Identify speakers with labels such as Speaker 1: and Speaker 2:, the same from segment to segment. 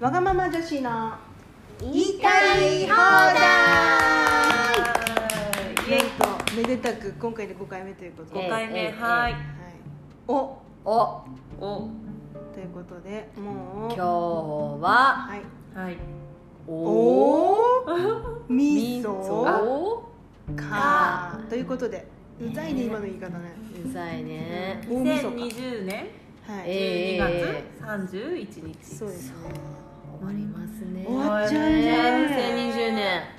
Speaker 1: わがまま女子の
Speaker 2: 言
Speaker 1: 言い
Speaker 2: い
Speaker 1: た
Speaker 2: た
Speaker 1: い
Speaker 2: い
Speaker 1: 放
Speaker 2: 放
Speaker 1: 題
Speaker 2: 題
Speaker 1: イエイとめでたく今回で5回目ということで、
Speaker 2: え
Speaker 3: 5
Speaker 2: え
Speaker 3: 回目、
Speaker 2: ええ
Speaker 3: は
Speaker 1: は
Speaker 3: い、
Speaker 1: い、お
Speaker 2: お
Speaker 3: お
Speaker 1: ということでもう
Speaker 2: 今日は
Speaker 1: はい
Speaker 3: はい
Speaker 2: お
Speaker 1: おみそ
Speaker 2: お
Speaker 1: かということでうざいね今の言い方ね
Speaker 2: うざいね
Speaker 1: 大晦日
Speaker 3: 2020年
Speaker 1: はい、
Speaker 2: え
Speaker 3: 12
Speaker 2: え
Speaker 3: 月31日、
Speaker 1: そうですね
Speaker 2: 終わりますね
Speaker 1: 終わっちゃうね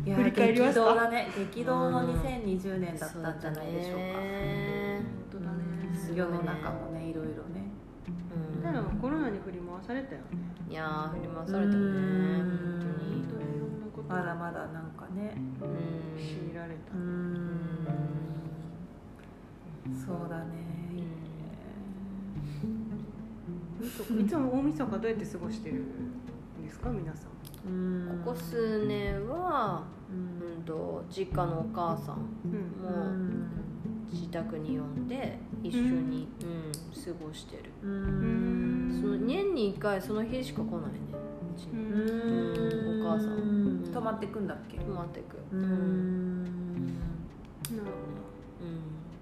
Speaker 2: 2020年
Speaker 3: いや
Speaker 1: 振り返りますか
Speaker 3: 激動だね激動の2020年だったんじゃないでしょうか
Speaker 2: う
Speaker 1: 本当だね
Speaker 2: そうだね
Speaker 3: 世の中もねいろいろね
Speaker 1: ただコロナに振り回されたよね
Speaker 2: んいやー振り回されたね本当
Speaker 1: い
Speaker 2: に
Speaker 1: ろいろなこと
Speaker 3: まだまだなんかね
Speaker 1: 強いられた
Speaker 3: うーんそうだね
Speaker 1: 晦日いつも大晦日どうやって過ごしてるんですか皆さん
Speaker 3: うーん
Speaker 2: ここ数年は
Speaker 3: う
Speaker 2: うん
Speaker 3: ん
Speaker 2: と実家のお母さん
Speaker 1: うん
Speaker 3: う
Speaker 2: も
Speaker 3: ん
Speaker 2: 自宅に呼んで一緒に、うん過ごしてる
Speaker 3: う
Speaker 1: うんん
Speaker 2: その年に1回その日しか来ないねうち
Speaker 1: う
Speaker 2: に
Speaker 1: ん
Speaker 2: お母さん
Speaker 3: 泊まってくんだっけ
Speaker 2: 泊まってく
Speaker 3: うーん
Speaker 1: なる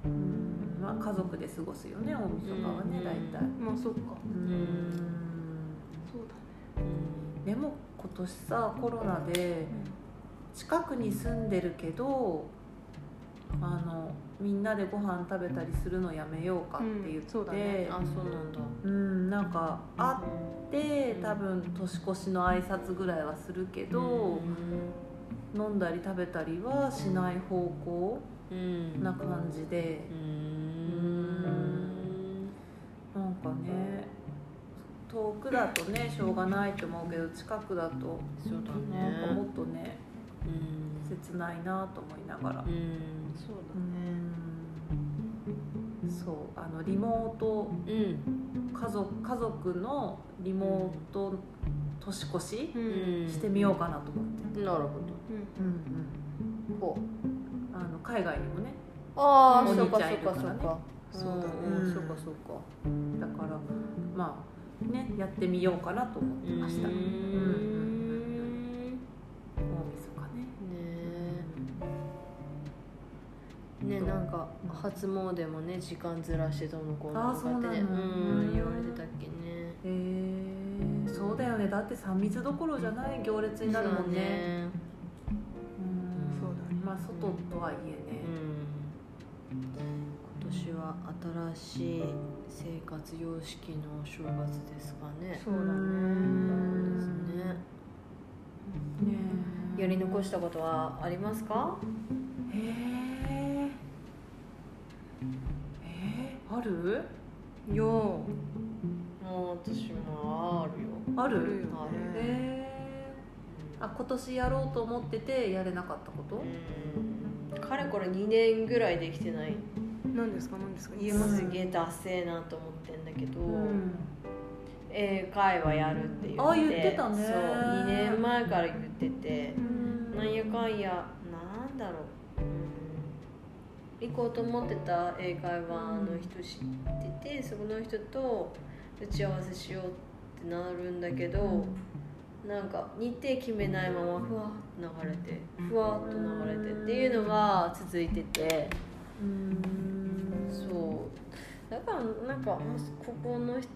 Speaker 1: ほ
Speaker 2: うん
Speaker 3: うんまあ家族で過ごすよね大晦日はね
Speaker 2: うん
Speaker 3: 大体
Speaker 1: どまあそっか
Speaker 3: うん
Speaker 1: そうだ
Speaker 2: うん
Speaker 3: でも今年さコロナで
Speaker 1: ね
Speaker 3: 近くに住んでるけどあのみんなでご飯食べたりするのやめようかって言っ
Speaker 1: うん
Speaker 3: て、
Speaker 1: そうだね
Speaker 2: あそうなんだ
Speaker 3: うんなんかあって多分年越しの挨拶ぐらいはするけど、
Speaker 2: う
Speaker 3: 飲んだり食べたりはしない方向
Speaker 2: んうん
Speaker 3: な感じで
Speaker 2: う、ん
Speaker 3: なんかね遠くだとねしょうがないと思うけど近くだと
Speaker 2: そうだ
Speaker 3: なんかも
Speaker 2: ね
Speaker 3: っとね
Speaker 2: うん
Speaker 3: 切ないなと思いながら
Speaker 2: う。ん
Speaker 1: そうだ
Speaker 3: う
Speaker 1: ね
Speaker 3: んそうあのリモート
Speaker 2: うん
Speaker 3: 家族家族のリモート年越し
Speaker 1: う
Speaker 2: うん
Speaker 3: してみようかなと思って、
Speaker 2: なる
Speaker 1: う
Speaker 2: ほ
Speaker 1: ん
Speaker 2: どほう
Speaker 3: あの海外にもね
Speaker 2: ああ
Speaker 3: お
Speaker 2: そう
Speaker 3: 兄
Speaker 2: か
Speaker 3: ちゃ
Speaker 2: そう
Speaker 3: んいるか
Speaker 2: から
Speaker 3: ね
Speaker 2: そ
Speaker 1: そう
Speaker 2: うか
Speaker 1: だね
Speaker 2: んそうかそうか
Speaker 3: だからまあねやってみようかなと思ってました
Speaker 2: う
Speaker 3: うんん大晦日ね
Speaker 2: ねえねなんか初詣もね時間ずらしてどうのこうのとかってね
Speaker 3: あそうなの
Speaker 2: うん言われてたっけね
Speaker 3: へえそうだよねだって3密どころじゃない行列になるもんねうん
Speaker 1: そうだね
Speaker 3: まあ外とはいえ
Speaker 2: う
Speaker 3: ね、
Speaker 2: ん今年は新しい生活様式のお正月ですかね
Speaker 1: そうだね
Speaker 3: うん
Speaker 2: ですね
Speaker 3: ねえ
Speaker 2: やり残したことはありますか
Speaker 3: へええーある
Speaker 1: よ
Speaker 2: もう私もあるよ
Speaker 3: あ
Speaker 1: う
Speaker 3: る
Speaker 2: ある
Speaker 1: ね
Speaker 3: へーあ今年やろうと思っててやれなかったこと
Speaker 2: うんかれこれ2年ぐらいできてない
Speaker 1: 何ですか何ですか言えます
Speaker 2: すげえダセえなと思ってんだけど、
Speaker 3: うん
Speaker 2: 英会話やるって言って
Speaker 3: あ言ってたね
Speaker 2: そう2年前から言ってて
Speaker 3: う
Speaker 2: なんやかんやなんだろう、うん行こうと思ってた英会話の人知っててそこの人と打ち合わせしようってなるんだけどなんか日程決めないままふわっと流れてふわっと流れてっていうのが続いてて。
Speaker 3: うん
Speaker 2: そうだからなんかもしここの人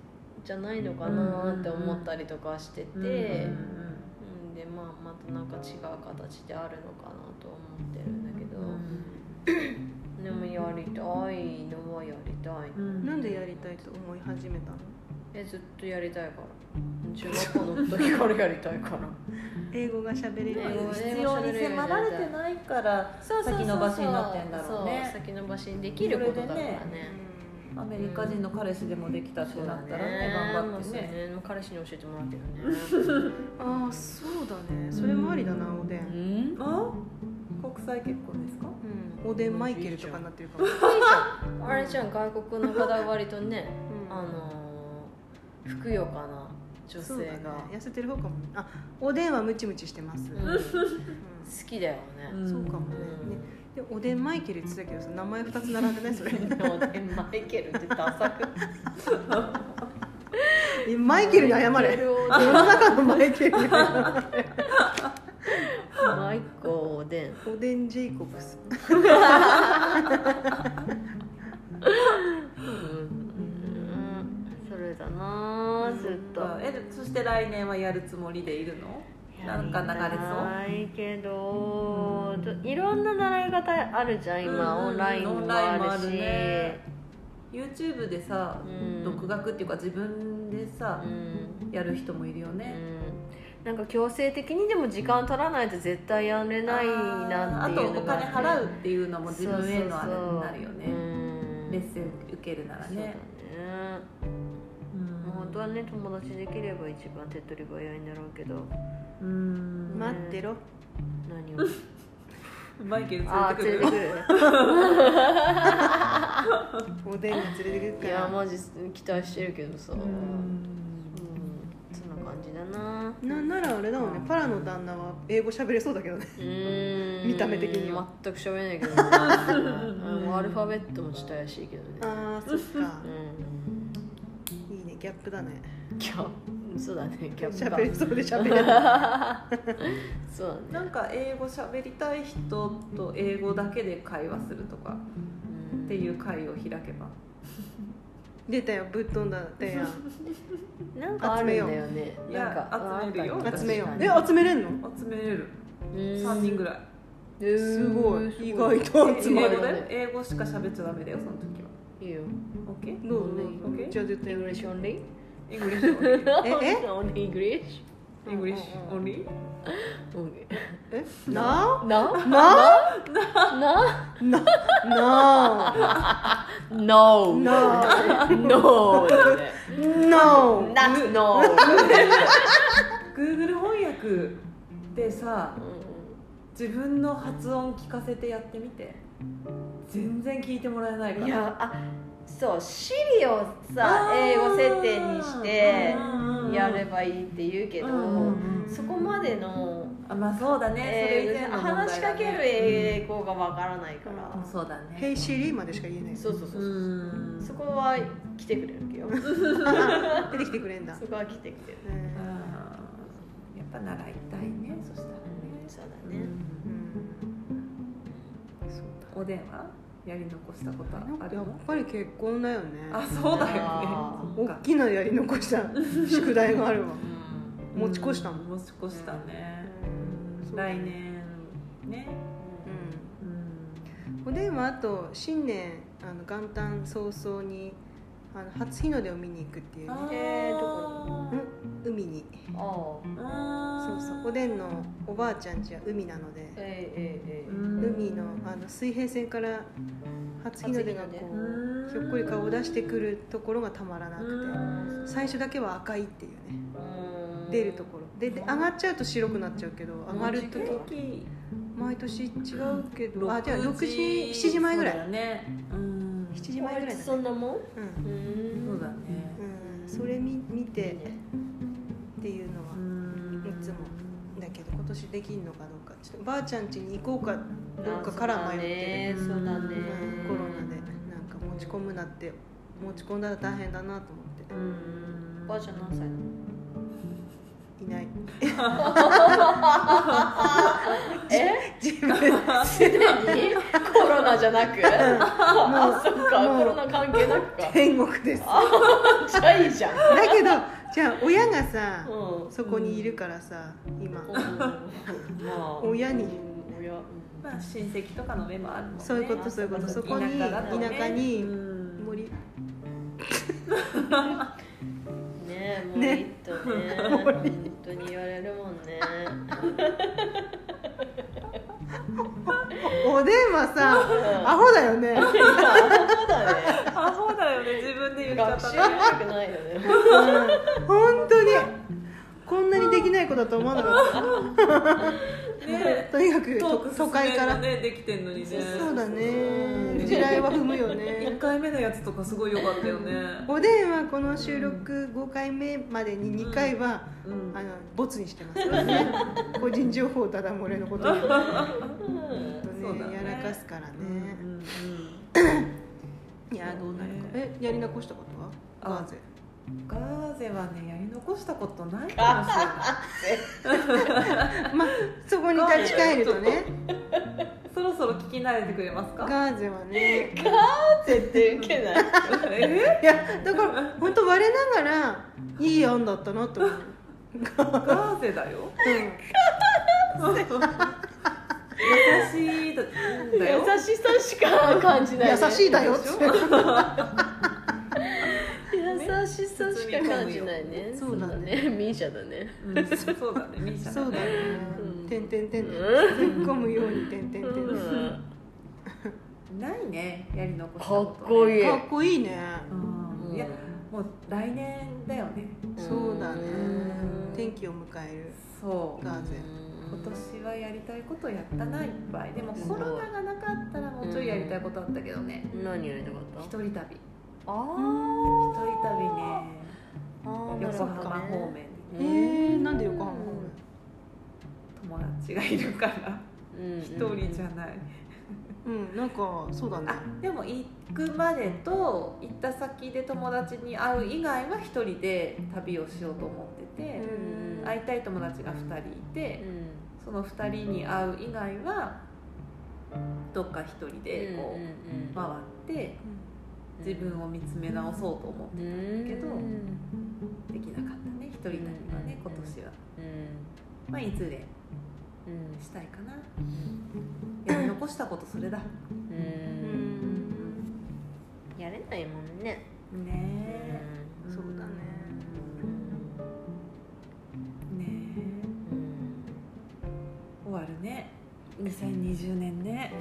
Speaker 2: じゃないのかなって思ったりとかしてて、う
Speaker 3: う
Speaker 2: んん
Speaker 3: うんうん
Speaker 2: でまあまたなんか違う形であるのかなと思ってるんだけど、でもやりたいのはやりたい、
Speaker 3: うん
Speaker 1: なんでやりたいと思い始めたの
Speaker 2: えずっとやりたいから中学校の時からやりたいから
Speaker 1: 英語が喋れるようにし
Speaker 3: 必要に迫られてないから
Speaker 2: そう
Speaker 3: そうそうそう先延ばしになってんだろうね
Speaker 2: そう先延ばしにできることだからね
Speaker 3: そ
Speaker 1: て
Speaker 3: アメリカ人の彼氏でもできたって
Speaker 2: そう
Speaker 3: な
Speaker 2: だ
Speaker 3: っ
Speaker 2: ね
Speaker 3: たらね頑張って
Speaker 2: まあそう
Speaker 3: ね
Speaker 2: ね彼氏に教えてもら ってるね
Speaker 1: ああそうだねそれもありだなおで
Speaker 2: うんん
Speaker 3: あ国際結婚ですか
Speaker 1: うんおでんマイケルとかになってるかも
Speaker 2: あれじゃん外国の方は割とね
Speaker 1: うん
Speaker 2: あのーふくよかな女性
Speaker 1: そう
Speaker 2: が
Speaker 1: だね、痩せてる方かもあおでんはムチムチしてます、
Speaker 2: うん
Speaker 1: う
Speaker 2: 好きだよね、
Speaker 1: んそうかもね,ね、でおでんマイケルって言ってたけどさ名前2つ並んでないそれ
Speaker 2: でもマイケルってダサく
Speaker 1: マイケルに 謝
Speaker 2: マイケ
Speaker 1: れ
Speaker 2: ルお で
Speaker 1: 世
Speaker 2: ん
Speaker 1: の中のマイケルに謝 れ
Speaker 2: マイコおでん
Speaker 1: おでんジェイコブス
Speaker 2: うん、うん、それだなずっと
Speaker 3: えでそして来年はやるつもりでいるのなんか流れそう
Speaker 2: ないけどどいろんな習い方あるじゃん今、
Speaker 3: うんうん
Speaker 2: オンラインもあるし
Speaker 3: オンラインもあるね YouTube でさ、
Speaker 2: うん
Speaker 3: 独学っていうか自分でさ
Speaker 2: う、ん
Speaker 3: やる人もいるよ
Speaker 2: う
Speaker 3: ね、
Speaker 2: んなんか強制的にでも時間取らないと絶対やれないなって
Speaker 3: あ
Speaker 2: い
Speaker 3: ー
Speaker 2: う
Speaker 3: あと
Speaker 2: の
Speaker 3: お
Speaker 2: が
Speaker 3: 金払うっていうのも自分へのあれ
Speaker 2: そうそうそう
Speaker 3: になるよね
Speaker 2: うん
Speaker 3: レッスン受けるなら
Speaker 2: そうだね
Speaker 3: ね、うん
Speaker 2: 本当はね友達できれば一番手っ取り早いんだろうけど
Speaker 3: うん
Speaker 2: ま
Speaker 1: 待ってろ
Speaker 2: 何 を
Speaker 3: マイケル連
Speaker 2: ああ
Speaker 3: れて
Speaker 2: 連れ
Speaker 3: く
Speaker 2: て
Speaker 3: る
Speaker 2: くる
Speaker 1: おでんに連れてくる か
Speaker 2: いや
Speaker 1: ら
Speaker 2: マジ期待してるけどさ、う、
Speaker 3: うんん
Speaker 2: そんな感じだな
Speaker 1: なんならあれだもんねパラの旦那は英語喋れそうだけどね
Speaker 2: うん
Speaker 1: 見た目的には
Speaker 2: 全く喋れないけど、ね、もうアルファベットもちょっと怪しいけどね
Speaker 1: あーそっか
Speaker 2: うん
Speaker 1: いいねギャップだね
Speaker 2: ギャップそうだねギャップ
Speaker 1: 喋
Speaker 2: が
Speaker 1: れそうで喋れない
Speaker 2: そうだ
Speaker 3: な
Speaker 2: ね
Speaker 3: んか英語喋りたい人と英語だけで会話するとか
Speaker 2: うん
Speaker 3: っていう会を開けば
Speaker 1: 出たよぶっ飛んだ提案
Speaker 2: なんかあるんだよね
Speaker 3: 集めよう
Speaker 2: なんか
Speaker 3: いや集めるよ
Speaker 2: あっ
Speaker 1: 集めよう
Speaker 2: た確か
Speaker 1: え集めれんの
Speaker 3: 集めれる
Speaker 2: にうん
Speaker 3: 3人ぐらい
Speaker 2: えー
Speaker 1: すごい
Speaker 2: すご
Speaker 1: 意外と
Speaker 3: え
Speaker 1: 集
Speaker 2: ま
Speaker 1: ま
Speaker 3: 英
Speaker 1: る
Speaker 2: る
Speaker 3: 語だよ英語しか喋っちゃダメだよその時は。
Speaker 2: いいよ
Speaker 3: OK?
Speaker 1: どうぞど
Speaker 2: オ
Speaker 1: う
Speaker 3: ッケ
Speaker 1: ぞ
Speaker 3: ー
Speaker 1: じゃあ絶対
Speaker 2: English only?
Speaker 3: 英語でしょ
Speaker 1: え
Speaker 2: Only English?
Speaker 3: English
Speaker 1: うん
Speaker 3: only?
Speaker 1: えな
Speaker 2: な
Speaker 1: な
Speaker 2: な
Speaker 1: なな
Speaker 2: No
Speaker 1: な
Speaker 2: No だね
Speaker 1: No
Speaker 2: Not No
Speaker 3: Google 翻訳でさ自分の発音聞かせてやってみて全然聞いてもらえないから
Speaker 2: いやあそう Siri をさ
Speaker 3: あー
Speaker 2: 英語設定にして
Speaker 3: うんうんうん
Speaker 2: やればいいって言うけど
Speaker 3: うんうん
Speaker 2: そこまでの
Speaker 3: あまあそうだね、
Speaker 2: え
Speaker 3: それ以前
Speaker 2: ー
Speaker 3: の問題だ
Speaker 2: 話
Speaker 3: ね
Speaker 2: しかける英語がわからないか
Speaker 3: うん
Speaker 2: ら
Speaker 3: そうだね
Speaker 1: Hey Siri までしか言えない
Speaker 2: そうそうそうう
Speaker 3: ーん
Speaker 2: そこは来てくれるけど
Speaker 1: あ出てきてくれんだ
Speaker 2: そこは来てくれる
Speaker 1: うん
Speaker 3: あーやっぱ習いたいねそしたら
Speaker 2: うん
Speaker 3: ね、
Speaker 2: そうだ
Speaker 3: う
Speaker 2: ね
Speaker 1: うんん
Speaker 3: おでんはやり残したこと
Speaker 1: なんか
Speaker 3: ある
Speaker 1: やっ
Speaker 3: の
Speaker 1: ぱり結婚だよね
Speaker 3: あそうだよね
Speaker 2: あー
Speaker 3: そっ
Speaker 1: 大
Speaker 3: か
Speaker 1: きなやり残した宿題があるわ
Speaker 2: うん
Speaker 1: 持ち越したもん
Speaker 3: 持ち越したね、
Speaker 1: うんそうだね
Speaker 3: 来年ね
Speaker 1: う
Speaker 3: うん
Speaker 1: んおでんはあと新年あの元旦早々にあの初日の出を見に行くっていうね
Speaker 2: えーど
Speaker 3: こ
Speaker 1: 海に
Speaker 2: ああ
Speaker 1: そうそうおでんのおばあちゃん家は海なので
Speaker 2: ええええええ
Speaker 1: 海のあの水平線から初日の出がこうひょっこり顔を出してくるところがたまらなくて最初だけは赤いっていうね
Speaker 2: うん
Speaker 1: 出るところでで上がっちゃうと白くなっちゃうけど上がる時
Speaker 2: 同
Speaker 3: 時
Speaker 1: 毎年違うけどあじゃあ6時7時前ぐらい
Speaker 3: ねうん
Speaker 1: 7時
Speaker 2: 一
Speaker 1: 前ぐらいだね
Speaker 2: そんなも
Speaker 1: う
Speaker 2: ん
Speaker 1: ん
Speaker 3: そうだね
Speaker 1: うんそれ見見てっていうのは
Speaker 3: うん
Speaker 1: いつもだけど今年できんのかどうかちょっとばあちゃん家に行こうかどっかから迷って
Speaker 2: るそうだ
Speaker 1: る、うん
Speaker 2: ね
Speaker 1: コロナでなんか持ち込むなって持ち込んだら大変だなと思って
Speaker 3: うん
Speaker 2: ばあちゃん何歳なの
Speaker 1: いない
Speaker 2: え
Speaker 1: 自分
Speaker 2: すでにコロナじゃなくあそっか
Speaker 1: もう
Speaker 2: コロナ関係なくか
Speaker 1: 天国ですだ
Speaker 2: じゃあいいじゃん
Speaker 1: けどじゃあ親がさ
Speaker 2: うんうん
Speaker 1: そこにいるからさ今
Speaker 2: まあ
Speaker 1: 親に
Speaker 2: うん親うん
Speaker 3: まあ親戚とかの目もあるもんね
Speaker 1: そういうことそういうことそこに
Speaker 3: 田舎だとね
Speaker 1: 田舎に
Speaker 3: うん
Speaker 1: 森
Speaker 2: ねえもういいとね本当に言われるもんね
Speaker 1: おでんはさ
Speaker 2: うん
Speaker 1: アホだよね
Speaker 2: そうだね
Speaker 3: アホだよね自分で言っちゃっ
Speaker 2: 学習
Speaker 3: たね
Speaker 2: 能力ないよね
Speaker 1: うん本当にこんなにできない子だと思わなかっ
Speaker 3: ね
Speaker 1: たとにかく
Speaker 3: トーク
Speaker 1: 都会から
Speaker 3: 進めんとねできてんのにね
Speaker 1: そうだね地雷は踏むよ
Speaker 3: 1
Speaker 1: ね
Speaker 3: 回目のやつとかすごい良かったよね
Speaker 1: おでんはこの収録5回目までに2回は、
Speaker 3: うん
Speaker 1: あのボツにしてますからね 個人情報をただ漏れのことに、ね
Speaker 3: そうだね
Speaker 1: やらかすからね、
Speaker 3: うんうん
Speaker 1: いやどうなるか
Speaker 3: そうね
Speaker 1: えやり残したことは
Speaker 3: あ
Speaker 1: ガーゼ
Speaker 3: ガーゼはねやり残したことないかもしれない
Speaker 1: まあそこに立ち返るとね
Speaker 3: そろそろ聞き慣れてくれますか
Speaker 1: ガーゼはね
Speaker 2: 絶対受けない
Speaker 3: え
Speaker 1: いやだから本当我ながらいい案だったなと思う、
Speaker 3: ガーゼだよ
Speaker 1: うん
Speaker 3: 優しいだだよ
Speaker 2: 優しさしか感じない、ね、
Speaker 1: 優しいだよって
Speaker 2: 優しさしか感じないね
Speaker 1: そうだね
Speaker 2: そうだねミーシャだね
Speaker 3: うん、そうだね ミーシャ
Speaker 1: そうだね
Speaker 2: うん
Speaker 1: 点々点々
Speaker 2: う
Speaker 1: 突っ込むように点
Speaker 2: う
Speaker 1: 々点々
Speaker 2: ん
Speaker 3: ないねやり残し
Speaker 2: か
Speaker 3: たこ
Speaker 2: っ
Speaker 3: と
Speaker 2: こいい
Speaker 1: かっこいいね
Speaker 3: うんいやもう来年だよね
Speaker 1: そうだね
Speaker 2: うん
Speaker 1: 天気を迎える
Speaker 3: そう
Speaker 1: ガーゼ
Speaker 2: うん
Speaker 3: 今年はやりたいことやったないっぱいでもコロナがなかったらもうちょいやりたいことあったけどね
Speaker 2: 何やりたか
Speaker 3: 一
Speaker 2: っ
Speaker 3: 人旅一人旅ね
Speaker 2: たあーあーなる
Speaker 3: 横
Speaker 2: ほどね
Speaker 3: 浜方面に
Speaker 1: えー、なんで横浜方面
Speaker 3: 友達がいるから
Speaker 2: うん
Speaker 3: 一人じゃない
Speaker 1: うんなんかそうだね
Speaker 3: あでも行くまでと行った先で友達に会う以外は一人で旅をしようと思ってて、
Speaker 1: うん
Speaker 3: 会いたい友達が2人いて、その2人に会う以外はどっか一人でこう回って自分を見つめ直そうと思
Speaker 2: だ
Speaker 3: けどってできなかったね一人旅はね今年は、まあ、いずれしたいかなやり残したことそれだね
Speaker 1: うん
Speaker 2: やれないもんね
Speaker 3: え
Speaker 1: そうだね
Speaker 3: ねえ終わるね2020年ね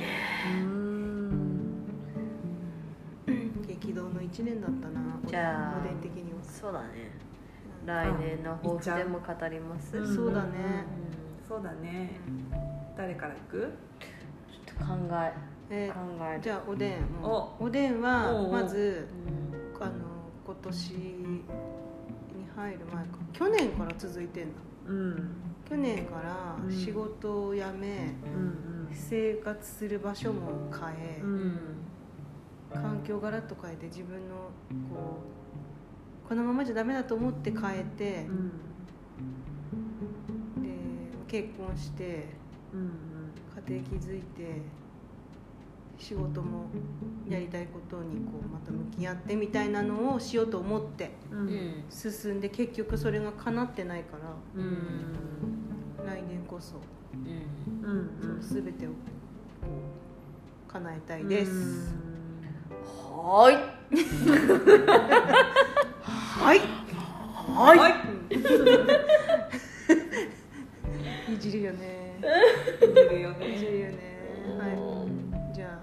Speaker 3: うーん
Speaker 1: 激動の一年だったな
Speaker 2: じゃあ
Speaker 1: 個人的には
Speaker 2: そうだね来年の抱負でも語ります
Speaker 3: うん
Speaker 1: そうだね
Speaker 3: そうだね誰から行く
Speaker 2: ちょっと考え
Speaker 1: え
Speaker 2: 考え
Speaker 1: じゃあおでんもうおでん
Speaker 3: おう
Speaker 1: は
Speaker 3: おう
Speaker 1: まず
Speaker 2: うん
Speaker 1: あの今年に入る前か去年から続いてんだ
Speaker 3: うん
Speaker 1: 去年から
Speaker 3: うん
Speaker 1: 仕事を辞め、
Speaker 3: うん
Speaker 1: 生活する場所も変え、
Speaker 3: うんうん
Speaker 1: 環境ガラッと変えて自分のこうこのままじゃダメだと思って変えて
Speaker 3: う、ん
Speaker 1: で結婚して
Speaker 3: うん
Speaker 1: 家庭築いて仕事もやりたいことにこうまた向き合ってみたいなのをしようと思って
Speaker 3: う
Speaker 2: うん
Speaker 3: うん
Speaker 2: ん
Speaker 1: 進んで結局それが叶ってないか
Speaker 3: うん
Speaker 1: ら来年こそ
Speaker 2: うん
Speaker 3: うん
Speaker 1: 全てをこう叶えたいです。
Speaker 2: はーい
Speaker 1: はい、
Speaker 3: はいはい
Speaker 1: いじるよね。
Speaker 3: いるよ
Speaker 1: いじ
Speaker 3: ね
Speaker 1: るよね。はい、じゃあ。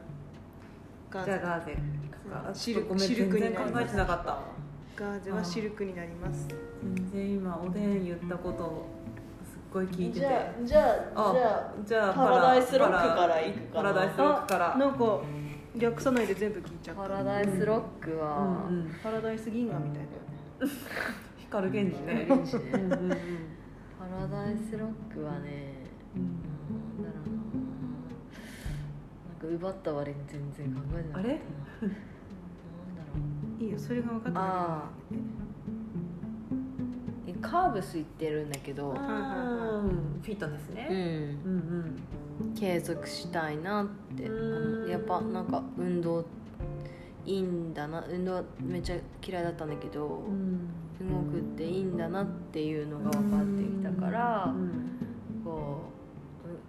Speaker 1: ガ
Speaker 3: じゃあ
Speaker 1: ーゼ、
Speaker 3: ガーゼ行くか
Speaker 1: シルク
Speaker 3: ごめん
Speaker 1: シルクにな
Speaker 3: 全
Speaker 1: り
Speaker 3: 然
Speaker 1: ます
Speaker 3: 考えてなかったわ
Speaker 1: ガーゼはシルクになります。
Speaker 3: 全然今おでん言ったことをすっごい聞いて
Speaker 2: じ
Speaker 3: て
Speaker 2: ゃあじゃあじゃあ
Speaker 3: じゃあ
Speaker 2: パラダイスロックから行くか
Speaker 3: パ
Speaker 2: な
Speaker 3: ラダイスロックから
Speaker 1: なんか、略さないで全部聞いちゃっ
Speaker 2: パ
Speaker 1: た。
Speaker 2: ラダイスロック
Speaker 3: う
Speaker 2: は
Speaker 3: ん、うん
Speaker 1: パラダイス銀河みたいだよね。
Speaker 3: 光源氏ね
Speaker 2: 光源氏ね
Speaker 3: うんうん
Speaker 2: パラダイスロックはね
Speaker 3: うん
Speaker 2: なんだろうななんか奪った割に全然考えてなかったなな
Speaker 3: あれ
Speaker 2: んだ
Speaker 1: い
Speaker 2: ろ
Speaker 1: いよ、それが分かっ
Speaker 2: う
Speaker 1: たら
Speaker 2: ああカーブス行ってるんだけど
Speaker 3: うんフィットです
Speaker 2: う
Speaker 3: ね
Speaker 2: ん
Speaker 3: うんうん
Speaker 2: 継続したいなって
Speaker 3: うん
Speaker 2: 思うやっぱなんか運動いいんだな運動はめっちゃ嫌いだったんだけど、
Speaker 3: うん
Speaker 2: 動くっていいんだなっていうのが分かってきたから、
Speaker 3: うん
Speaker 2: こ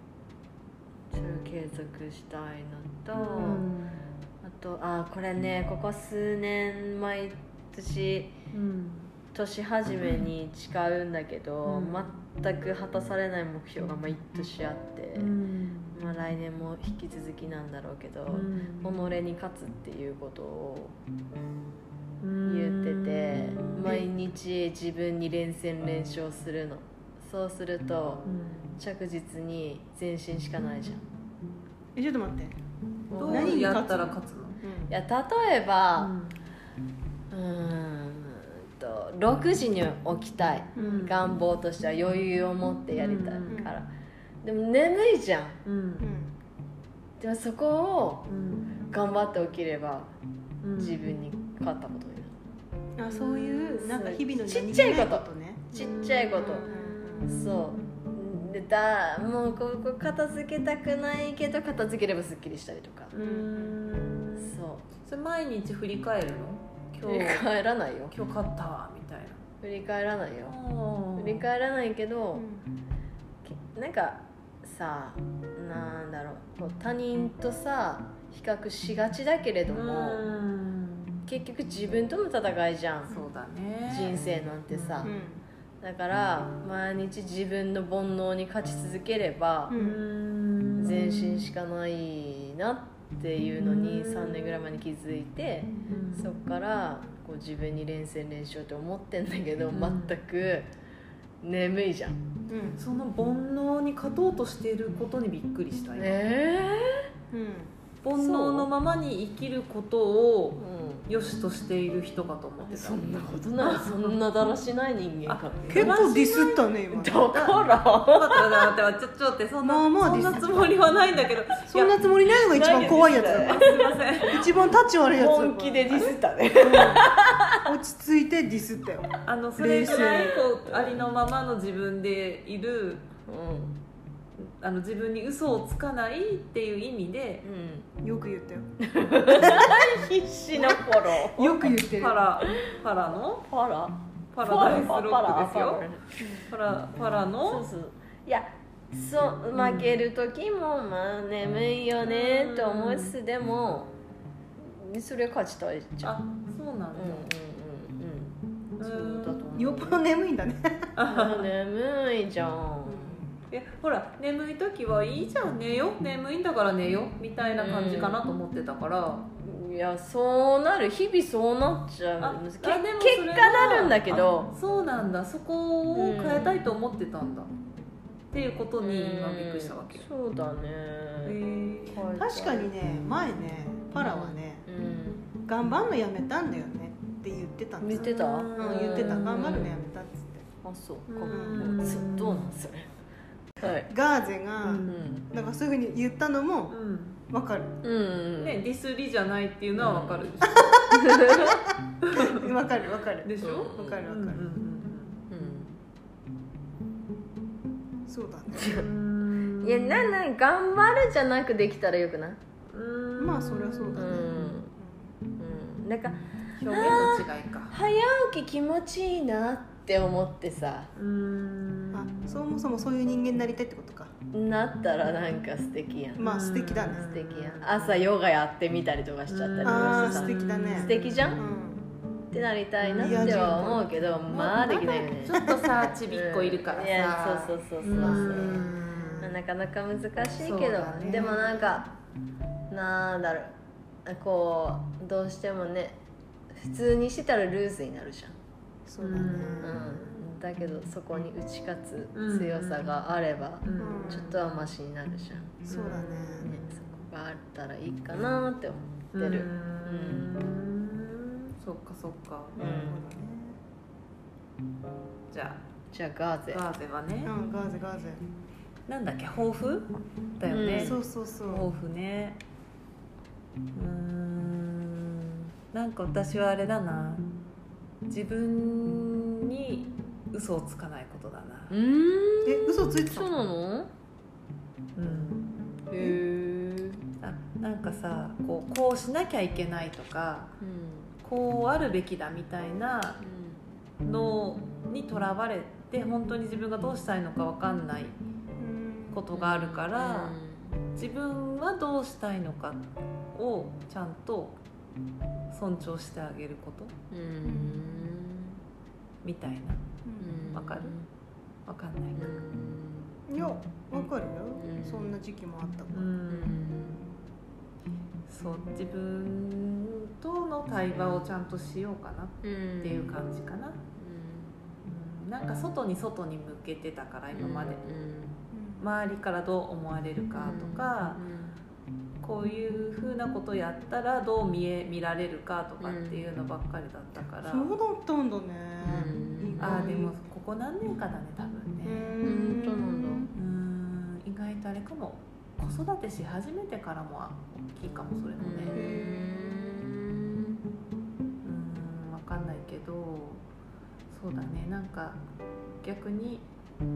Speaker 2: ううんそれを継続したいのと、あとあこれねここ数年毎年
Speaker 3: うん
Speaker 2: 年始めに誓うんだけど、
Speaker 3: うん
Speaker 2: 全く果たされない目標が毎年あって、
Speaker 3: うん
Speaker 2: まあ、来年も引き続きなんだろうけど、
Speaker 3: うん
Speaker 2: 己に勝つっていうことを
Speaker 3: うん
Speaker 2: 言ってて毎日自分に連戦連勝するのそうすると
Speaker 3: うん
Speaker 2: 着実に前進しかないじゃん
Speaker 1: え、ちょっと待って。
Speaker 3: ど
Speaker 1: 何に勝つ
Speaker 3: うやったら勝つの
Speaker 1: うん
Speaker 2: いや例えばうーんと6時に起きたい
Speaker 3: うん
Speaker 2: 願望としては余裕を持ってやりたい
Speaker 3: うん
Speaker 2: からでも眠いじゃん
Speaker 3: う
Speaker 1: うんん
Speaker 2: でもそこを
Speaker 3: うん
Speaker 2: 頑張って起きれば
Speaker 3: うん
Speaker 2: 自分に勝ったことになる
Speaker 1: ああそういうなんか日々の
Speaker 2: そう
Speaker 1: 何気な
Speaker 2: ちっちゃいこと
Speaker 1: ね
Speaker 2: ちっちゃいこと
Speaker 1: うん
Speaker 2: そうでだもうここ片付けたくないけど片付ければすっきりしたりとか
Speaker 3: うん
Speaker 2: そう
Speaker 3: それ毎日振り返るの今
Speaker 2: 振り
Speaker 3: 日
Speaker 2: 返らないよ
Speaker 3: 今日勝ったわみたいな
Speaker 2: 振り返らないよ振り
Speaker 3: る
Speaker 2: 返らないけ
Speaker 1: う
Speaker 2: ど、
Speaker 1: ん
Speaker 2: けなんかさなんだろうこう他人とさ比較しがちだけれども、結局自分との戦いじゃん
Speaker 3: そうだね
Speaker 2: 人生なんてさ、だから毎日自分の煩悩に勝ち続ければ
Speaker 1: う
Speaker 3: うんん
Speaker 2: 前進しかないなっていうのに
Speaker 3: うん
Speaker 2: 3年ぐらい前に気づいて
Speaker 3: うん
Speaker 2: そっからこう自分に連戦連勝って思ってんだけど
Speaker 3: うん
Speaker 2: 全く眠いじゃん
Speaker 1: うん
Speaker 3: その煩悩に勝とうとしていることにびっくりした、ね、
Speaker 2: え
Speaker 1: うん
Speaker 3: 煩悩のままに生きることを
Speaker 2: えう
Speaker 3: 良しとしている人かと思って
Speaker 2: ん
Speaker 3: た
Speaker 2: そんなこと ないそんなだらしない人間か
Speaker 1: 結構ディスったね今
Speaker 2: だから
Speaker 3: 待って待って待ってちょちょっと待ってそんな、
Speaker 1: まあまあ
Speaker 3: そん
Speaker 1: で
Speaker 3: な
Speaker 1: す
Speaker 3: つもりはないんだけど
Speaker 1: そんなつもりないのが一番怖いやつだ
Speaker 3: い
Speaker 1: か
Speaker 3: やすいません
Speaker 1: ら一番タッチ悪いやつだから
Speaker 2: 本気でディスったね
Speaker 1: 落ち着いてディスったよ
Speaker 3: あのそれぐらいこうありのままの自分でいる
Speaker 2: うん
Speaker 3: あの自分に嘘をつかないっていう意味で
Speaker 2: う
Speaker 1: よく言ったよ
Speaker 2: ん必死の頃
Speaker 1: よく言ってる
Speaker 3: パラパラの
Speaker 2: パラ
Speaker 3: パラダイスロックです
Speaker 2: パ
Speaker 3: よ
Speaker 2: ラ
Speaker 3: パラパラ
Speaker 2: そう
Speaker 3: の
Speaker 2: そういやそう負ける時もまあ眠いよねと思いつつでもそれは勝ちたいじゃん
Speaker 3: あそうな
Speaker 2: う
Speaker 3: ん
Speaker 2: んうんうんうん
Speaker 3: だ、
Speaker 2: そうだと思う
Speaker 1: よっぽど眠いんだね
Speaker 2: うん眠いじゃん
Speaker 3: いやほら眠い時はいいじゃん寝よう眠いんだから寝ようみたいな感じかなと思ってたから、
Speaker 2: いやそうなる日々そうなっちゃ
Speaker 3: あ
Speaker 2: うけ結
Speaker 3: あでもそれは
Speaker 2: 果なるんだけど
Speaker 3: そうなんだそこを変えたいと思ってたんだ、っていうことに今びっくりしたわけ、
Speaker 2: うんそうだね、
Speaker 3: へえ
Speaker 1: 確かにね前ねパラはね
Speaker 2: うん
Speaker 1: 頑張んのやめたんだよねって言ってたんです
Speaker 2: 言っ
Speaker 1: よ
Speaker 2: てた
Speaker 3: う
Speaker 1: うん、言ってた
Speaker 2: うん
Speaker 1: 頑張るのやめたっつって
Speaker 2: あそうか
Speaker 3: うん
Speaker 2: そうどうなんそれはい
Speaker 1: ガーゼが、
Speaker 2: う
Speaker 3: う
Speaker 2: んん
Speaker 1: なんかそういうふうに言ったのも
Speaker 3: うん
Speaker 1: わかる
Speaker 2: うん
Speaker 3: ね、ディスりじゃないっていうのはわかるでし
Speaker 1: わかるわか
Speaker 3: ょ
Speaker 1: る
Speaker 3: でしょ、
Speaker 1: わかる
Speaker 3: う
Speaker 1: わ
Speaker 3: ん
Speaker 1: かる、
Speaker 2: うん
Speaker 1: そうだね
Speaker 3: うんうん、
Speaker 2: いやなんなん頑張るじゃなくできたらよくない、
Speaker 3: うん
Speaker 1: まあそりゃそう
Speaker 2: う
Speaker 1: だね、
Speaker 2: んうん、なんか
Speaker 3: 表現の違いか
Speaker 2: 早起き気持ちいいなって思ってさ
Speaker 3: うん
Speaker 1: あそもそもそういう人間になりたいってことか
Speaker 2: なったらなんか素敵やん
Speaker 1: まあ素敵だね
Speaker 2: 素敵やん朝ヨガやってみたりとかしちゃったりと
Speaker 1: あ
Speaker 2: か
Speaker 1: ー
Speaker 2: して
Speaker 1: 素
Speaker 2: さ
Speaker 1: 敵だね
Speaker 2: 素敵じゃ
Speaker 1: うん
Speaker 2: っ
Speaker 1: ん
Speaker 2: てなりたいなっては思うけどまあできないよね
Speaker 3: ちょっとさちびっこいるからさ、
Speaker 2: いやそうそうそうそうそう
Speaker 3: うん
Speaker 2: まあなかなか難しいけど、
Speaker 3: そうだね
Speaker 2: でもなんかなんだろうこうどうしてもね普通にしてたらルーズになるじ
Speaker 1: そうだね
Speaker 2: ゃん、うん、だけどそこに打ち勝つ強さ
Speaker 3: うん
Speaker 2: があれば、
Speaker 3: うん
Speaker 2: ちょっとはマシになるじゃん、
Speaker 1: そうだね
Speaker 2: ね、そこがあったらいいかなって思ってる、
Speaker 3: うんそっかそっか
Speaker 2: うん
Speaker 1: なる
Speaker 3: じゃ
Speaker 2: じゃあガー
Speaker 3: あ
Speaker 2: ゼ
Speaker 3: ガーゼはね
Speaker 1: ほどねうんガーゼガーゼ
Speaker 3: なんだっけ抱負だよね、
Speaker 2: うん
Speaker 1: そうそうそう
Speaker 3: 抱負ねうーんなんか私はあれだな自分に嘘をつかないことだな
Speaker 2: うーん
Speaker 1: え嘘ついてた
Speaker 2: そうなの
Speaker 3: うん
Speaker 2: へえ
Speaker 3: あなんかさこうこうしなきゃいけないとか
Speaker 2: うん
Speaker 3: こうあるべきだみたいなのにとらわれて本当に自分がどうしたいのか分かんない
Speaker 1: うん
Speaker 3: ことがあるから、自分はどうしたいのかをちゃんと尊重してあげること
Speaker 2: うんうん
Speaker 3: みたいな
Speaker 2: うん
Speaker 3: わかる分かんないか
Speaker 1: うんいやわかるよ
Speaker 2: うん
Speaker 1: そんな時期もあったか
Speaker 3: う
Speaker 1: ら
Speaker 2: うんん
Speaker 3: そう自分との対話をちゃんとしようかなっていう感じかな、うん、なんか外に外に向けてたから今まで
Speaker 1: うん
Speaker 3: 周りからどう思われるかとか、こういうふうなことやったらどう見え見られるかとかっていうのばっかりだったから、
Speaker 1: そうだったんだね
Speaker 2: うん
Speaker 1: 意外
Speaker 3: ああでもここ何年かだね多分
Speaker 1: う
Speaker 3: ね
Speaker 1: ん
Speaker 2: そうなん
Speaker 3: うーん意外とあれかも子育てし始めてからも大きいかもそれもね
Speaker 1: へ
Speaker 3: うーん分かんないけどなんか逆に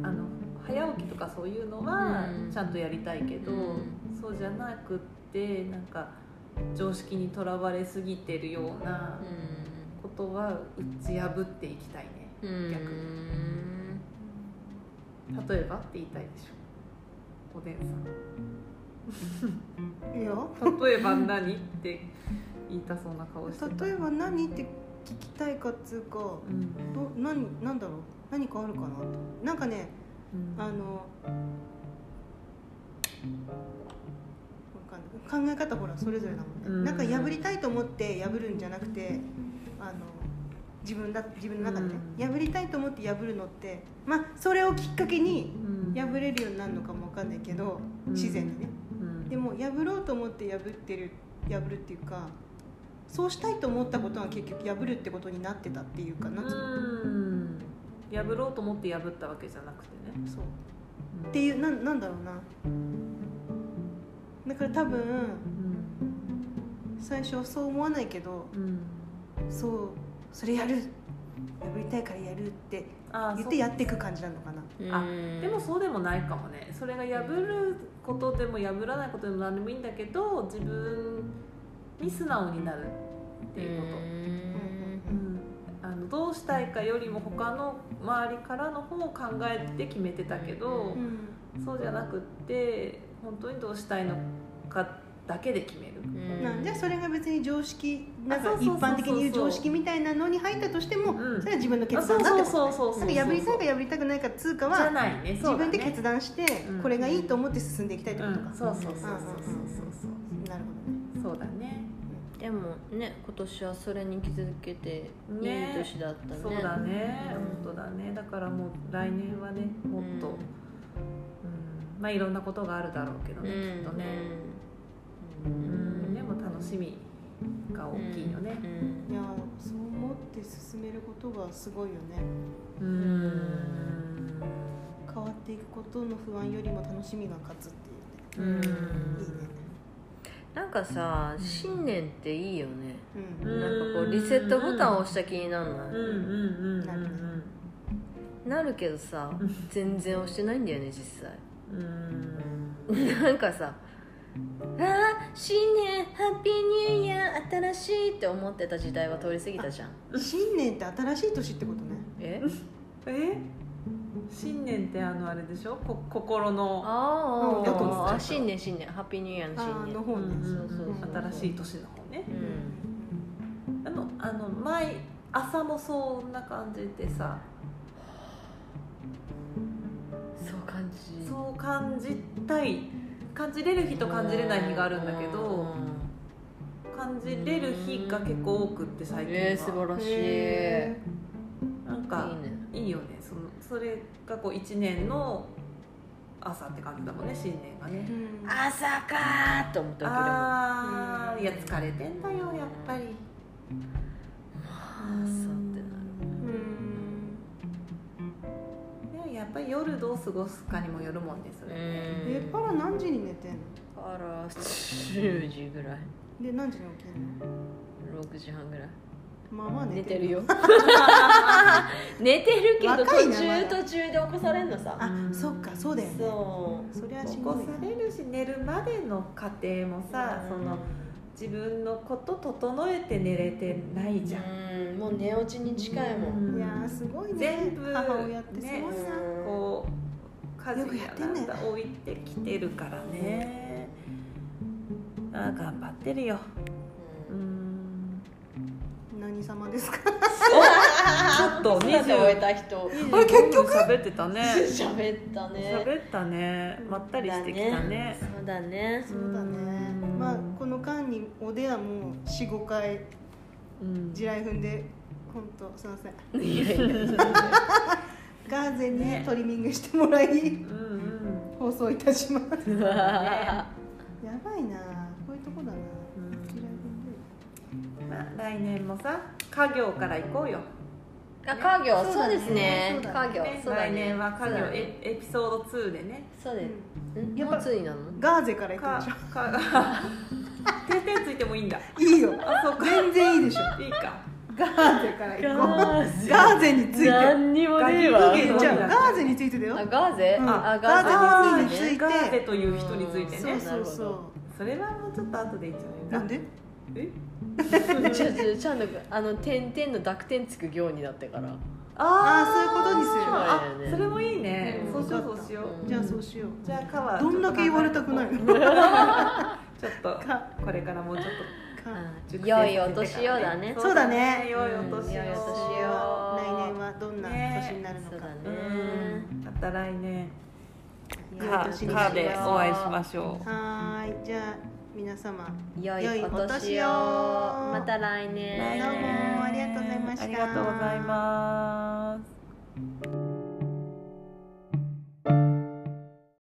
Speaker 3: あの早起きとかそういうのは
Speaker 2: うん
Speaker 3: ちゃんとやりたいけど、
Speaker 2: うん
Speaker 3: そうじゃなくってなんか常識にとらわれすぎてるようなことは打ち破っていきたいね
Speaker 2: うん
Speaker 3: 逆に例えばって言いたいでしょおでんさ
Speaker 1: いいよ
Speaker 3: ん例えば何って言いたそうな 顔して
Speaker 1: 例えば何って聞きたいかっつうかど
Speaker 3: うん
Speaker 1: 何何だろう何かあるかななんかね
Speaker 3: うん
Speaker 1: あのわかんない考え方ほらそれぞれなもんね、
Speaker 3: うん
Speaker 1: なんか破りたいと思って破るんじゃなくてあの自分だ自分の中でね、
Speaker 3: うん
Speaker 1: 破りたいと思って破るのってまあそれをきっかけに
Speaker 3: うん
Speaker 1: 破れるようになるのかもわかんないけど
Speaker 3: うん
Speaker 1: 自然にね
Speaker 3: うん
Speaker 1: でも破ろうと思って破ってる破るっていうかそうしたいと思ったことは結局破るってことになってたっていうかな、
Speaker 3: うん破ろうと思って破ったわけじゃなくてね
Speaker 1: そう
Speaker 3: うん
Speaker 1: っていうなんなんだろうなだから多分
Speaker 3: うん
Speaker 1: 最初はそう思わないけど
Speaker 3: うん
Speaker 1: そうそれやる破りたいからやるって
Speaker 3: あー
Speaker 1: 言っ
Speaker 3: そ
Speaker 1: て
Speaker 3: う
Speaker 1: やっていく感じなのかな
Speaker 3: あでもそうでもないかもねそれが破ることでも破らないことでも何でもいいんだけど自分に素直になるっていうこと、うんあのどうしたいかよりも他の周りからの方を考えて決めてたけど
Speaker 1: う、ん
Speaker 3: そうじゃなくって本当にどうしたいのかだけで決める、
Speaker 1: なんでそれが別に常識なんか
Speaker 3: あそう
Speaker 1: 一
Speaker 3: そうそうそう
Speaker 1: 般的に言う常識みたいなのに入ったとしても
Speaker 3: うん
Speaker 1: それは自分の
Speaker 3: あ
Speaker 1: 決
Speaker 3: そ
Speaker 1: 断
Speaker 3: う
Speaker 1: だって
Speaker 3: そう
Speaker 1: こと
Speaker 3: そうそうそう
Speaker 1: なんか破りたいか破りたくないかっつうか
Speaker 3: じゃ
Speaker 1: は
Speaker 3: ないね
Speaker 1: 自分で
Speaker 3: そうだね
Speaker 1: 決断して
Speaker 3: うん
Speaker 1: これがいいと思って進んでいきたいってことか、
Speaker 3: うん、そうそうそうそうそう
Speaker 1: なるほどね
Speaker 3: そうそうだね
Speaker 2: でもね今年はそれに気づけていい
Speaker 3: ね
Speaker 2: 年だったね
Speaker 3: そうだね本当だねだからもう来年はねもっと、
Speaker 2: うん
Speaker 3: うんまあいろんなことがあるだろうけど
Speaker 2: うん
Speaker 3: ね、きっとね、
Speaker 2: う
Speaker 3: うん
Speaker 2: ん
Speaker 3: でも楽しみが大きいよね
Speaker 2: うん
Speaker 1: いやそう思って進めることがすごいよね
Speaker 3: うん
Speaker 1: 変わっていくことの不安よりも楽しみが勝つっていう
Speaker 3: う
Speaker 1: ね、
Speaker 3: ん
Speaker 1: いいね
Speaker 2: なんかさ
Speaker 3: うん
Speaker 2: 新年っていいよね
Speaker 1: うん、
Speaker 3: うん
Speaker 2: なんかこうリセットボタンを押した気にならない、
Speaker 3: うんうんうんうん
Speaker 1: なるね
Speaker 2: なるけどさ全然押してないんだよね実際
Speaker 3: うん
Speaker 2: なんかさ「あー新年ハッピーニューイヤー新しい」って思ってた時代は通り過ぎたじゃん
Speaker 1: 新年って新しい年ってことね
Speaker 2: え
Speaker 3: え新年ってあのあれでしょこ心の
Speaker 2: あ
Speaker 1: うん
Speaker 2: ー
Speaker 1: だと思っ
Speaker 2: あ
Speaker 1: ちゃ
Speaker 2: ー
Speaker 1: った
Speaker 2: 新年新年ハッピーニューイヤーの
Speaker 1: あ
Speaker 2: 新
Speaker 1: の方ね、
Speaker 2: 年
Speaker 3: うんうんうん
Speaker 2: そうそうそう
Speaker 3: 新しい年の方ね
Speaker 2: うん
Speaker 3: あのあの毎朝もそんな感じでさ
Speaker 2: そう感じ
Speaker 3: そう感じたい感じれる日と感じれない日があるんだけ
Speaker 2: う
Speaker 3: ど
Speaker 2: ん
Speaker 3: 感じれる日が結構多くって最近は、
Speaker 2: えー、素晴らしいいい
Speaker 1: へ
Speaker 2: ね
Speaker 3: なんかいいよねそのそれがこう1年の朝って感じだもんね新年がね
Speaker 1: うん
Speaker 2: 朝かーって思ったけど
Speaker 3: あ
Speaker 1: う
Speaker 3: ー
Speaker 1: ん
Speaker 3: いや疲れてんだよやっぱり
Speaker 2: 朝ってな
Speaker 1: う
Speaker 2: る
Speaker 1: ん
Speaker 3: でやっぱり夜どう過ごすかにもよるもんですよね
Speaker 1: えパラ何時に寝てんの
Speaker 2: から10時ぐらい
Speaker 1: で何時に起きるの
Speaker 2: 6時半ぐらい
Speaker 1: まあまあ
Speaker 2: 寝
Speaker 1: 寝
Speaker 2: て
Speaker 1: て
Speaker 2: る
Speaker 1: る
Speaker 2: よ 寝てるけど途
Speaker 1: 若いなま
Speaker 2: 中
Speaker 1: だ
Speaker 2: 途中で起こされんのさ
Speaker 1: あそっかそうだよね
Speaker 2: そ
Speaker 1: そりゃし
Speaker 3: 起
Speaker 1: んど
Speaker 3: こ
Speaker 1: い
Speaker 3: されるし寝るまでの過程も
Speaker 2: う
Speaker 3: さ、
Speaker 2: うん
Speaker 3: その自分のこと整えて寝れてないじゃん、
Speaker 2: うんもう寝落ちに近いもん
Speaker 1: いやーすごいね
Speaker 3: 全部
Speaker 1: 母親ってすごいな、
Speaker 3: ね
Speaker 2: うん
Speaker 3: こう家
Speaker 1: よく
Speaker 3: 事
Speaker 1: や
Speaker 3: や
Speaker 1: って
Speaker 3: なんん
Speaker 1: ね
Speaker 3: だ置いてきてるからねあー頑張ってるようーん
Speaker 1: 何様ですか
Speaker 3: ちょっと
Speaker 2: 子育て終え
Speaker 3: 20
Speaker 2: た人
Speaker 3: あれ結局喋ってたね
Speaker 2: 喋ったね
Speaker 3: 喋ったねまったりしてきたね
Speaker 2: そうだね
Speaker 1: そうだね
Speaker 3: うん
Speaker 1: まあこの間におでやもう45回
Speaker 3: うん
Speaker 1: 地雷踏んで本当すいません
Speaker 2: いやいや
Speaker 1: ガーゼ
Speaker 3: ね
Speaker 1: にトリミングしてもらい、
Speaker 3: うんうん
Speaker 1: 放送いたします
Speaker 2: うわ
Speaker 1: やばいなこういうとこだな
Speaker 3: うん
Speaker 1: 地雷踏んで
Speaker 3: まあ来年もさ家業から行こうよ
Speaker 2: ーあ家業
Speaker 1: そ
Speaker 2: そう
Speaker 1: だ
Speaker 2: う
Speaker 1: ね
Speaker 2: ですね
Speaker 1: そうだ
Speaker 2: 家
Speaker 1: ね
Speaker 2: 業そうだねそう
Speaker 3: 来年は家業
Speaker 2: だね
Speaker 3: エエピソード2でね
Speaker 2: そうですん
Speaker 1: やっ
Speaker 2: も
Speaker 1: ぱ
Speaker 2: うついなの
Speaker 1: ガーゼから行くん
Speaker 3: か
Speaker 1: でし
Speaker 3: か点々ついてもいいんだ
Speaker 1: ょいいよ
Speaker 3: あそうか
Speaker 1: 全然いいでしょ
Speaker 3: いいか
Speaker 1: ガーゼから行こう
Speaker 2: ゼ
Speaker 1: ガーゼについて
Speaker 2: 何にもねえわ
Speaker 1: ガキ
Speaker 3: 無
Speaker 1: じゃあガーゼについてだよ
Speaker 2: あガーゼ、
Speaker 1: うん
Speaker 2: あ
Speaker 1: ガ
Speaker 2: ガ
Speaker 1: ー
Speaker 2: ー
Speaker 1: ゼ
Speaker 2: ゼ
Speaker 1: について
Speaker 3: ガーゼという人について
Speaker 1: そう
Speaker 3: ね
Speaker 1: そう
Speaker 2: なる
Speaker 1: そ
Speaker 2: ほ
Speaker 3: それはもうちょっと後でいいんじゃ
Speaker 1: な
Speaker 3: ないう
Speaker 1: んで
Speaker 3: え
Speaker 2: ちょちょちゃんとあの点々の濁点つく行になってから
Speaker 1: あーそういうことにする
Speaker 3: あそれもいいね、
Speaker 2: うん
Speaker 3: そうしようそうしよう、
Speaker 2: うん
Speaker 1: じゃあそうしよう
Speaker 3: じゃあカは
Speaker 1: どんだけ言われたくないの
Speaker 3: ちょっと
Speaker 1: か
Speaker 3: これからもうちょっ
Speaker 1: か
Speaker 3: と熟成
Speaker 2: 良
Speaker 3: させてからね
Speaker 2: いお年をだね
Speaker 1: そうだね
Speaker 3: 良いお年を、
Speaker 2: うん良いお年
Speaker 1: 来
Speaker 2: を
Speaker 1: 年はどんな年になるの
Speaker 2: そう
Speaker 1: か
Speaker 2: だね
Speaker 3: うんまた来年
Speaker 1: 良い
Speaker 3: カ
Speaker 1: 年にしよう
Speaker 3: ーでお会いしましょう
Speaker 1: はーいじゃあ皆様
Speaker 2: 良いお
Speaker 1: 良いお年
Speaker 2: 年
Speaker 1: を
Speaker 2: をまた来年
Speaker 1: どうもありがとうございました
Speaker 3: ありがとうございます